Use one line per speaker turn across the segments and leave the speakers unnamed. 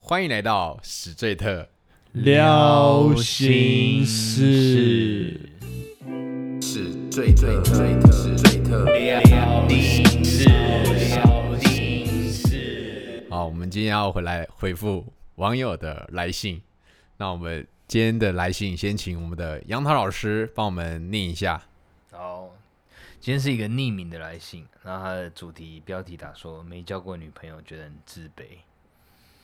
欢迎来到史最特。
聊心事，
是最特最特最特
好，我们今天要回来回复网友的来信。那我们今天的来信，先请我们的杨桃老师帮我们念一下。
好，今天是一个匿名的来信，然后它的主题标题打说没交过女朋友觉得很自卑。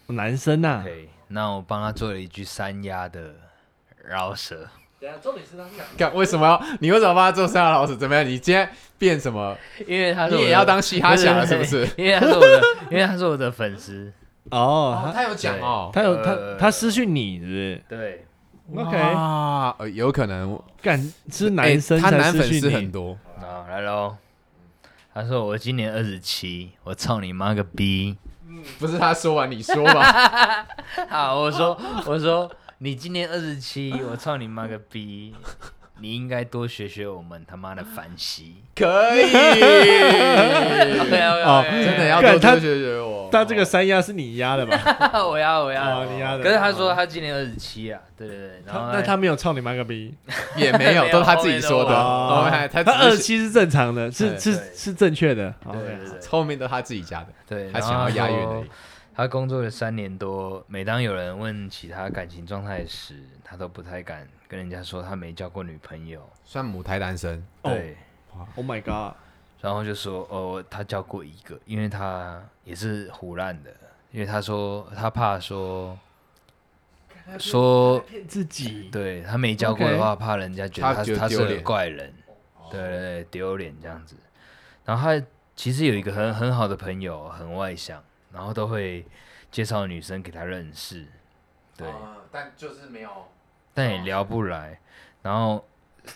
男生呐、啊，
OK，那我帮他做了一句三压的饶舌，
啊
看为什么要你为什么帮他做三号老师？怎么样？你今天变什么？
因为他是
你
我
也
的
要当嘻哈侠了是不是？
对因为他是我的，因为他是我的粉丝。
哦，
他有讲哦
他他有他
呃
他失去你是
对，
不是？OK，
啊，呃有可能
干是
哎
男生
他
才
男粉
失
丝
去
很
你，
多。
好，来喽。他说我今年二十七，我操你妈个逼！
不是他说完你说 吧，
好，我说我说你今年二十七，我操你妈个逼！你应该多学学我们他妈的反西。
可 以，
OK
哦
OK，
真的要
干
多
他
多学学我。
但这个三压是你压的 吧？
我要我要
哦，你压的。
可是他说他今年二十七啊，对对对，然
他，
后
那他没有操你妈个逼！
也没有，
没有
都是他自己说的。哦
后面，
他
他
他
二
只是
七是正常的，是
对
是
对
是正确的。哦
对对
OK，
对对
后面都是他自己加的，
对，
他
然后
想要押韵
他
而
说
已。
他工作了三年多，每当有人问起他感情状态时，他都不太敢跟人家说他没交过女朋友，
算母胎单身，
哦
对，
，Oh my god，
然后就说哦，他交过一个，因为他也是胡乱的，因为他说他怕说说
骗自己。
对他没教过的话，怕人家觉得
他
他
觉
是
得
他是
丢脸
个怪人，对对对，丢脸这样子。然后他其实有一个很很好的朋友，很外向，然后都会介绍女生给他认识，对，
哦但就是没有。
但也聊不来。然后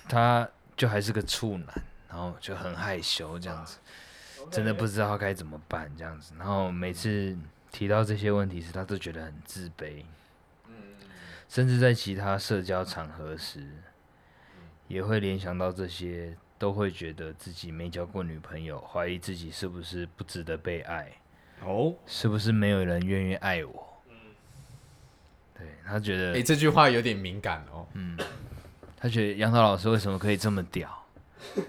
他就还是个处男，然后就很害羞这样子，真的不知道该怎么办这样子。然后每次提到这些问题时，他都觉得很自卑。甚至在其他社交场合时，也会联想到这些，都会觉得自己没交过女朋友，怀疑自己是不是不值得被爱，
哦，
是不是没有人愿意爱我。对他觉
哎、
得，
这句话有点敏感哦。
嗯
他觉得杨涛老师为什么可以这么屌？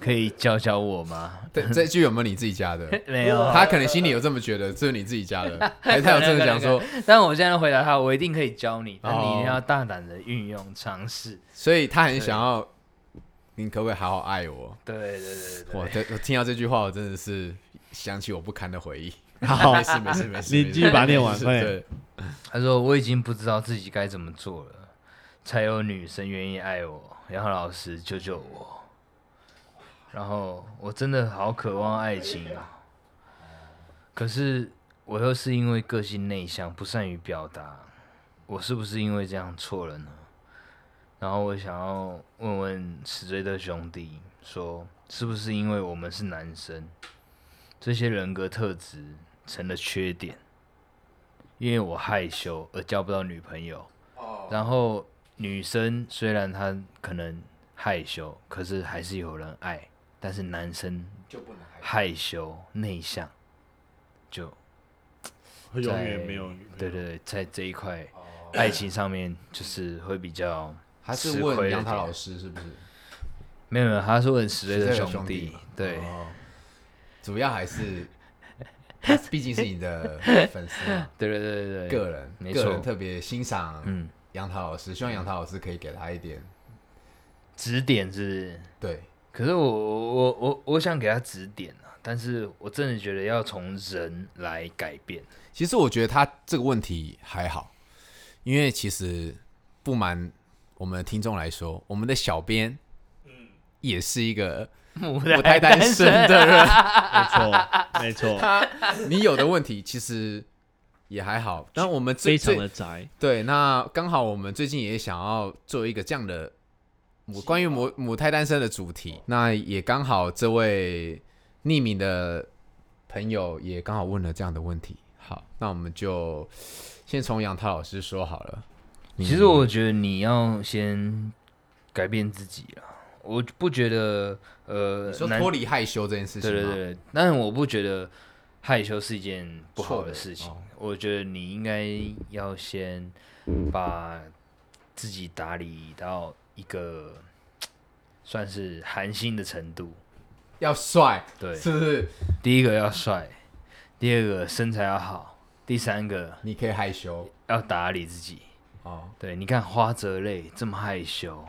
可以教教我吗？
对，这句有没有你自己加的？
没有，
他可能心里有这么觉得，这是你自己加的，还是他有真的想说？
但我现在回答他，我一定可以教你，但你一定
哦
要大胆的运用尝试。
所以他很想要，你可不可以好好爱我？
对对对对
我
对，
这我听到这句话，我真的是想起我不堪的回忆。
好
没，事没事没事，没
你
事
继续把它念完
没事
快点
对，
他说：“我已经不知道自己该怎么做了，才有女生愿意爱我。然后老师救救我！然后我真的好渴望爱情啊，可是我又是因为个性内向，不善于表达，我是不是因为这样错了呢？”然后我想要问问史最的兄弟，说是不是因为我们是男生，这些人格特质成了缺点？因为我害羞而交不到女朋友。
哦
然后女生虽然她可能害羞，可是还是有人爱，但是男生
就不能害
害羞内向，就
永
在
远没有女朋
对
友。
对对，在这一块
哦
爱情上面就是会比较
他是
吃亏
问
了
杨桃
点
老师是不是？
没有没有，他是问十岁
十岁
的
的
兄
兄弟
弟，对，
哦，主要还 是，他毕竟是你的粉丝嘛，
对对对对对，
个人，
没
个
错
人特别欣赏
嗯
杨桃老师，希望杨桃老师可以给他一点
指点是
对，
可是我我我我我想给他指点啊，但是我真的觉得要从人来改变。
其实我觉得他这个问题还好，因为其实不瞒我们的听众来说，我们的小编，也是一个
母
不太单身的人。
没错，没错，
他，你有的问题其实也还好。那我们最
非常
最
的宅。
对，那刚好我们最近也想要做一个这样的母关于母母胎单身的主题，那也刚好这位匿名的朋友也刚好问了这样的问题。好，那我们就先从杨涛老师说好了。你
其实我觉得你要先改变自己啊，我不觉得呃，
你说
男
脱离害羞这件事情
对
吗，
对对，但是我不觉得害羞是一件不好
错
的
的
事情
哦。
我觉得你应该要先把自己打理到一个算是寒心的程度。
要帅，
对，
是不是？
第一个要帅，第二个身材要好，第三个
你可以害羞
要打理自己。
哦，
对，你看花泽类这么害羞，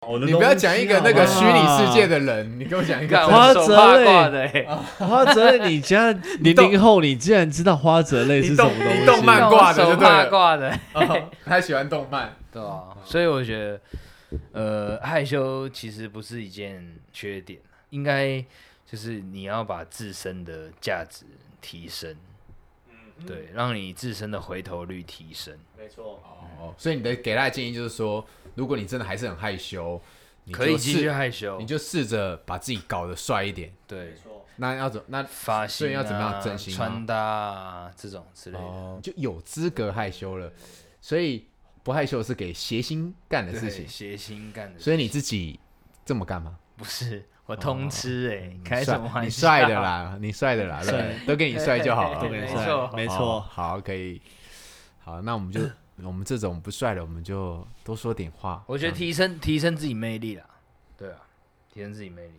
哦我的啊
你不要讲一个那个虚拟世界
的。
的人，你给我讲一
看
个
花
我
泽
手
类
八卦的欸，
花泽类，你家零
懂
零后，你竟然知道花泽类是什么
你
东
懂
西？
你动漫挂的
看我
就
手
对了
八卦的欸，
哦他喜欢动漫，
对啊，所以我觉得，呃，害羞其实不是一件缺点，应该就是你要把自身的价值提升，对，让你自身的回头率提升，
没错，
哦，所以你的给他的建议就是说，如果你真的还是很害羞，你
可以
就
继续
试，
害羞
你，就试着把自己搞得帅一点。
对，
那要怎那
发型、
所
啊、
以要怎么样整形吗
穿搭啊这种之类的，
哦，就有资格害羞了。所以不害羞是给谐星干的
对
事情。
谐星干的事情，
所以你自己这么干嘛？
不是我通吃哎、开什
哦帅
么玩笑？
你帅的，啦，你帅的啦，
帅
都给你帅就好了。
对
没
没
错
错，
没
哦
错。
好，可以。好，那我 们就我们这种不帅的，我们就多说点话。嗯
我觉得提升提升自己魅力啦，嗯对啊，提升自己魅力，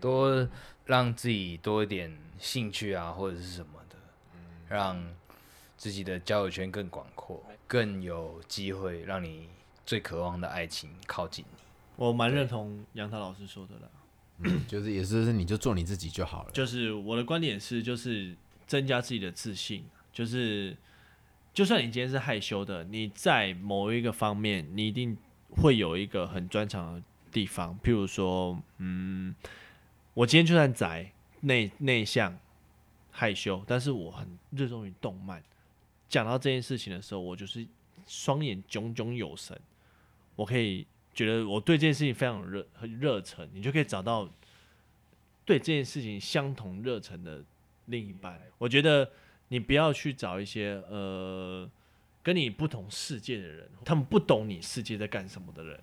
多让自己多一点兴趣啊，或者是什么的，让自己的交友圈更广阔，更有机会让你最渴望的爱情靠近你。
我蛮认同杨涛老师说的啦，
嗯就是也是你就做你自己就好了。
就是我的观点是，就是增加自己的自信，就是就算你今天是害羞的，你在某一个方面，你一定会有一个很专长的地方，譬如说，嗯，我今天就算宅、内内向、害羞，但是我很热衷于动漫。讲到这件事情的时候，我就是双眼炯炯有神，我可以觉得我对这件事情非常有热很热忱，你就可以找到对这件事情相同热忱的另一半。我觉得你不要去找一些呃跟你不同世界的人，他们不懂你世界在干什么的人，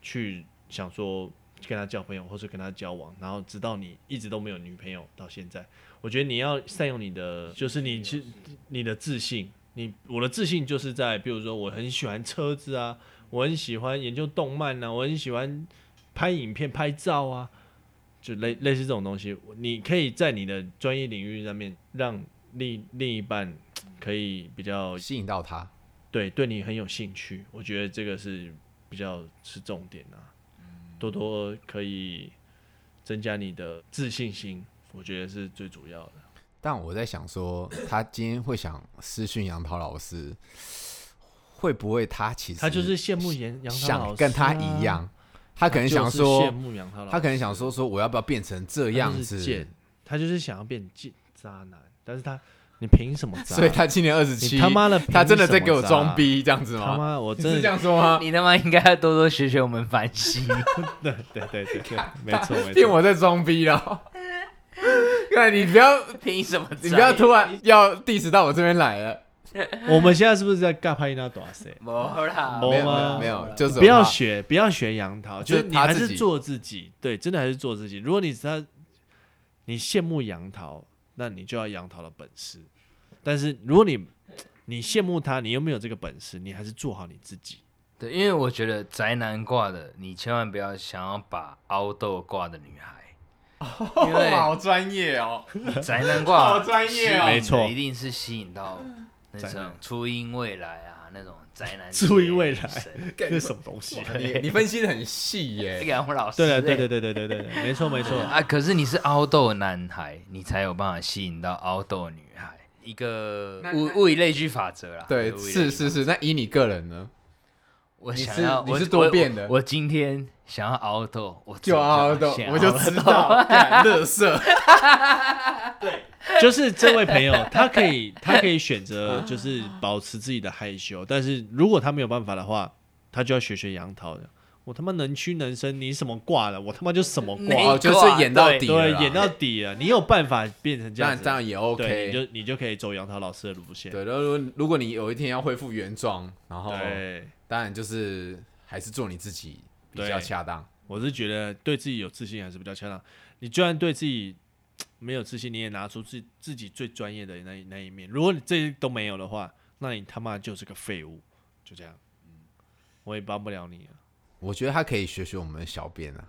去想说跟他交朋友或者跟他交往，然后直到你一直都没有女朋友到现在。我觉得你要善用你的，就是你去你的自信。你我的自信就是在，比如说我很喜欢车子啊，我很喜欢研究动漫啊，我很喜欢拍影片、拍照啊，就类类似这种东西，你可以在你的专业领域上面让另另一半可以比较
吸引到他，
对对你很有兴趣，我觉得这个是比较是重点啊，
嗯
多多可以增加你的自信心，我觉得是最主要的。
但我在想说， 他今天会想私讯杨桃老师，会不会他其实
他就是羡慕杨杨涛老师、啊
想跟他一，样，他可能想
就是羡
说，
慕杨涛老师，
他可能想说说我要不要变成这
这
样子，
贱，他就是想要变贱渣男，但是他你凭 什么渣？
所以他今年二十
你
七，
他妈的凭什么渣，
他真的在给我装逼这样子
他
吗？
妈，我
你
真
是这
的
样说吗？
你他妈应该要多多学学我们凡西，
对对对对对，没错没
骗
错。
我在装逼了。 看你不 要，
凭什么？
你不要突然要 diss 到我这边来了，
我们现在是不是在尬拍那短谁？
没啦，
没
没有没
吗
有没有，就是
不要
我怕
学，不要学杨桃，就是
这
你
他
还
自
是
己
做自己，对，真的还是做自己。如果你知道你羡慕杨桃，那你就要杨桃的本事。但是如果你你羡慕他，你又没有这个本事，你还是做好你自己。
对，因为我觉得宅男挂的，你千万不要想要把凹豆挂的 女孩，因为
哇好专业哦。
宅男挂
好专业哦
吸引的
没错
一定是吸引到那
宅
种
男
初音未来啊，那种宅男
初音
界的
未
女
来
神
这是什么东西？
你你分析的很细
这
耶，
个我老师
对了，啊对
欸
对对对对对对，没错没错。
啊！可是你是凹豆男孩，你才有办法吸引到凹豆女孩，一个
那
物物以类聚法则啦。
对，
物以类聚
是是
法
是。那以你个人呢？
则，我
你
想
是
要
你
我
是多变的
我我今天想要凹豆，我
就凹豆
先，
我就
凹
知 道， 干乐色。
就是这位朋友，他可以他可以选择就是保持自己的害羞，但是如果他没有办法的话，他就要学学杨桃的。我他妈能屈能伸，你什么挂了，我他妈就什么
没
挂，
哦，就是演到底了
啊对
啦，，
演到底了。你有办法变成这
这
样
样
子，
这样也
对，你
OK。
就你就可以走杨桃老师的路
哦
线。
对，然后如果如果你有一天要恢复原状，然后
对，
当然就是还是做你自己比
对
较恰当。
我是觉得对自己有自信还是比较恰当。你就算对自己没有自信，你也拿出自自己最专业的那一那一面。如果你这些都没有的话，那你他妈就是个废物，就这样。嗯我也帮不了你、啊。
我觉得他可以学学我们的小编啊，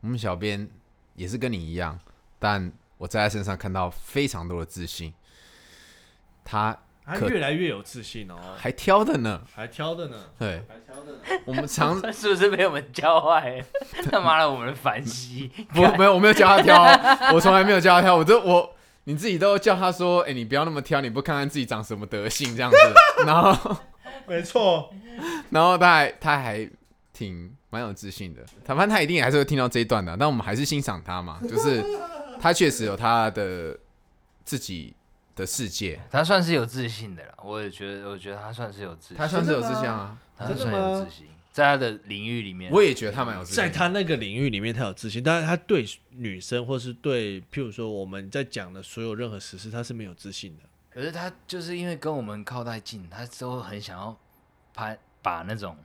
我们小编也是跟你一样，但我在他身上看到非常多的自信，他
他
可
越来越有自信 哦，
还挑的呢。
还挑的呢，
对
还挑的呢。
我们 常
他是不是被我们教坏？ 他妈的，我们的反击！
不没有，我没有教他挑哦，我从来没有教他挑，我都我你自己都叫他说，哎、你不要那么挑，你不看看自己长什么德性这样子，然后
没错，
然后他还他还挺蛮有自信的，他反正他一定还是会听到这一段的，啊但我们还是欣赏他嘛，就是他确实有他的自己的世界，
他算是有自信的了，我也觉得，我觉得他算是有自信，
他算是有志向啊，
他
真的
算
吗
有自信，在他的领域里面，
我也觉得他蛮有志
在
向的，
他那个领域里面，他有自信，但是他对女生或是对，譬如说我们在讲的所有任何实事，他是没有自信的。
可是他就是因为跟我们靠太近，他都很想要拍把那种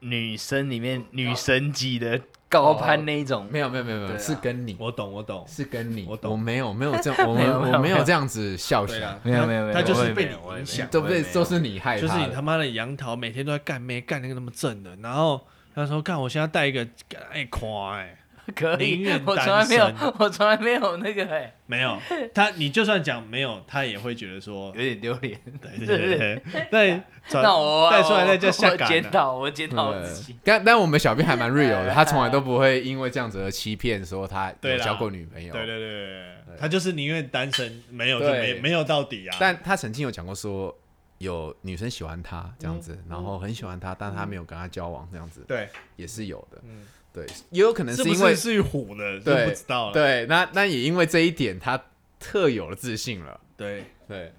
女生里面
哦
女神级的高攀那一种，
没有没有没有没有，
对啊
是跟你。
我懂，我懂。
是跟你，
我懂
没有没有这样，我
没有没
们
有
我没
没
有
有
这样子笑
对
笑
啊，，
没有没有没有，
他就
我
是
也
被
没有
你影
我也没有
响，
对不对？都是你害
就
怕
是
的，
你他妈的杨桃，每天都在干妹，干那个那么正的，然后他说干，我现在带一个干爱夸哎，
可
宁
以
愿，
我
单
从来没有
身，
我从来没有那个、 欸，
没有他，你就算讲没有，他也会觉得说，
有点丢脸。
对对对 对，对那
那我
带出来再叫
我
下
我
岗
检
啊，
讨，我检讨我自己
对。但但我们小编还蛮 real 的，他从来都不会因为这样子而欺骗说他有
对啦
交过女朋友。
对对对对对，他就是宁愿单身，没有就
对
没没有到底啊，
但他曾经有讲过说有女生喜欢他这样子，然后很喜欢他，但他没有跟他交往这样子，
嗯对，
也是有的
嗯。
对，也有可能
是
是
不
因为
是是虎的就
对
不知道了，
对，那那也因为这一点，他特有了自信了。
对
对，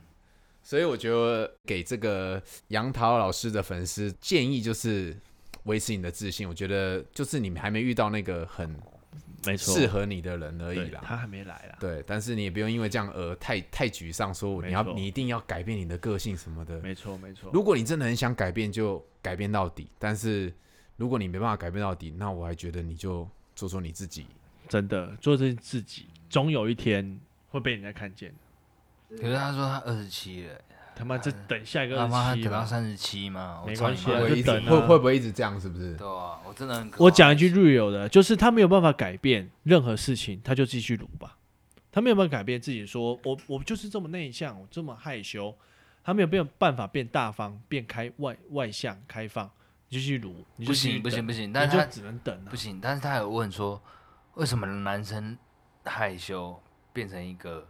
所以我觉得给这个杨桃老师的粉丝建议就是维持你的自信。我觉得就是你们还没遇到那个很
没
适合你的人而
可
已啦。
他还没来啦，
对，但是你也不用因为这样而太太沮丧，说你要
没错
你一定要改变你的个性什么的。
没错没错，
如果你真的很想改变，就改变到底。但是如果你没办法改变到底，那我还觉得你就做做你自己。
真的做自自己，总有一天会被人家看见的。
可是他说他二十七了，
他妈，这等下一个
他妈
二
他
十七
等到
吧。
三十七吗？我
没
操
关
你
系
会不
啊
妈！
会一直
就等啊
会会不会一直这样？是不是？
对啊，我真的很渴望
我讲一句 real 的，就是他没有办法改变任何事情，他就继续撸吧。他没有办法改变自己说，我我就是这么内向，我这么害羞，他没有没有办法变大方、变开外外向、开放，你就去撸，你就
不
继续
行不
等
行不行，
你
但是
就
他
只能等啊
不。行，但是他有问说，为什么男生害羞变成一个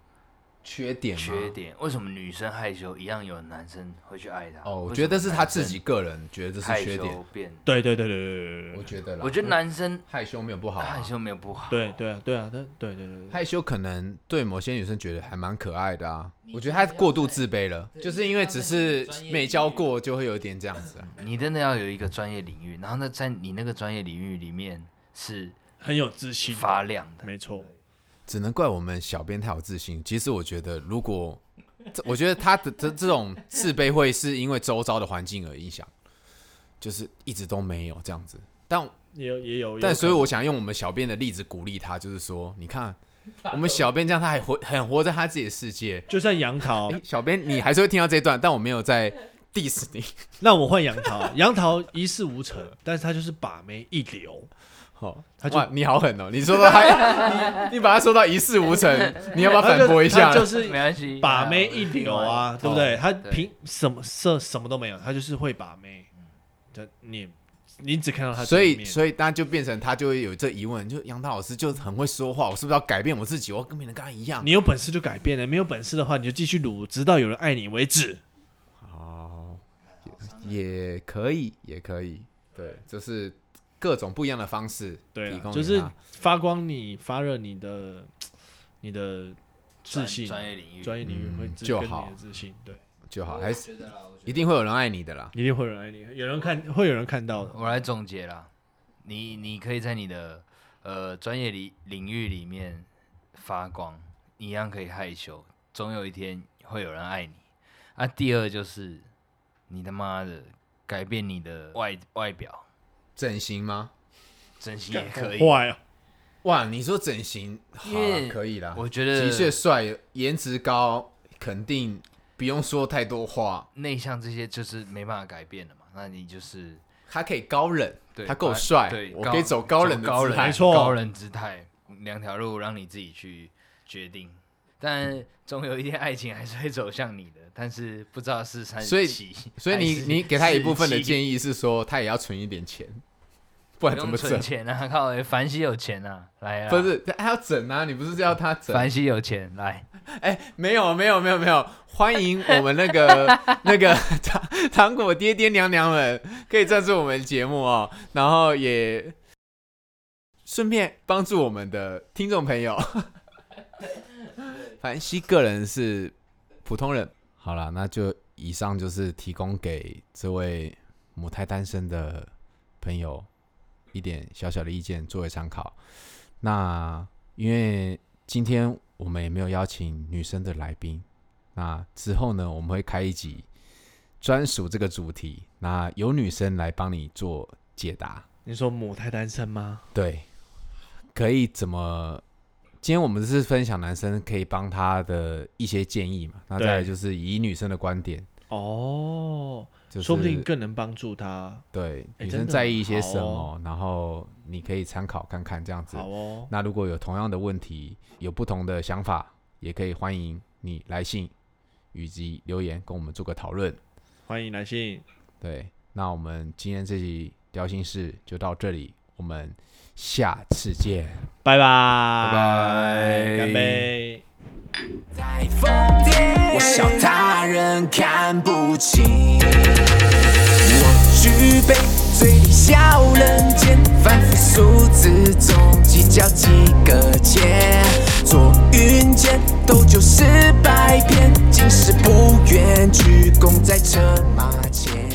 缺点吗？
缺点？为什么女生害羞一样有男生会去爱她？
哦，我
啊为
觉得
什
是
么
他
男
自
生
己个人觉得这
害
是缺点，
羞变。
对对对对对对
我
对
觉得啦。
我觉得男生
害羞没有不好、啊
害，羞没有不好，
对对啊对啊，对对对对对，
害羞可能对某些女生觉得还蛮可爱的啊。我觉得他过度自卑了，就是因为只是没教过，就会有一点这样子、 啊。
你真的要有一个专业领域，然后呢，在你那个专业领域里面是
很有自信，
发亮的。
没错，
只能怪我们小编太有自信。其实我觉得，如果这我觉得他的这这种自卑会是因为周遭的环境而影响，就是一直都没有这样子。但
也有也有，
但所以我想用我们小编的例子鼓励他，就是说，你 看我们小编这样，他还活很活在他自己的世界。
就算杨桃
哎，小编你还是会听到这一段，但我没有在 diss 你。
那我换杨桃，啊 杨桃一事无成，但是他就是把妹一流，
好，
他就
哇，你好狠哦！你说到他， 你你把他说到一事无成，你要不要反驳一下
他？就
没
是
关系，哎
把妹一流啊，
哦
对不对？他凭什么什什么都没有，他就是会把妹，他你你只看到他
所
这一
以，
面，
所以大家就变成他就会有这疑问，就杨涛老师就很会说话，我是不是要改变我自己？我要跟别人跟他一样？
你有本事就改变了，没有本事的话你就继续撸，直到有人爱你为止。
哦，也也可以，也可以，对，就是各种不一样的方式
对
提
啊，
供
就
给
是
他
发光你发热你的你的
专
自信，啊
专业领域
专业领域
嗯
会支
就
跟你
好
的自信，对，
就好，还是一定会有人爱你的啦。
一定会有人爱你，有人看会有人看到的，
我来总结啦，你你可以在你的呃专业领领域里面发光，你一样可以害羞，总有一天会有人爱你。啊，第二就是你他妈的改变你的外外表，
整形吗？
整形也可以。
坏啊！
哇，你说整形，好
因
啦
为
可以啦。
我觉得
的确帅，颜值高，肯定不用说太多话。
内向这些就是没办法改变的嘛，那你就是
他可以高冷
对，
他够帅
对，，
我可以走高冷的
高
姿
冷，
态
没。错
高冷姿态，两条路让你自己去决定。但总有一天，爱情还是会走向你的，但是不知道是三
所以
十七，
所以
还是
你你给他一部分的
17
建议是说，他也要存一点钱，不
不
然怎么
用
整
存？钱啊？靠，凡西有钱啊，来啊！
不，是，他要整啊！你不是叫他整？
凡西有钱，来，
哎、没有没有没有没有，欢迎我们那个那个糖糖果爹爹娘娘们可以赞助我们节目哦，然后也顺便帮助我们的听众朋友。 凡西个人是普通人。好啦，那就以上就是提供给这位母胎单身的朋友一点小小的意见作为参考。那因为今天我们也没有邀请女生的来宾，那之后呢，我们会开一集专属这个主题，那由女生来帮你做解答。
你说母胎单身吗？
对，可以怎么？今天我们是分享男生可以帮他的一些建议嘛，那
对
再来就是以女生的观点，
哦，
就是
说不定更能帮助他。
对
哎
女
真
生
的
在意一些
好
什么，
哦
然后你可以参考看看这样子。
好哦，
那如果有同样的问题，有不同的想法，也可以欢迎你来信以及留言跟我们做个讨论。
欢迎来信，
对，那我们今天这集聊心事就到这里，我们下次见。
拜拜，
拜
拜
拜，
干杯。
我笑他人看不清。我举杯，醉里笑人间，凡夫俗子中计较几个钱。坐云间，斗酒诗百篇，今世不愿鞠躬在车马前。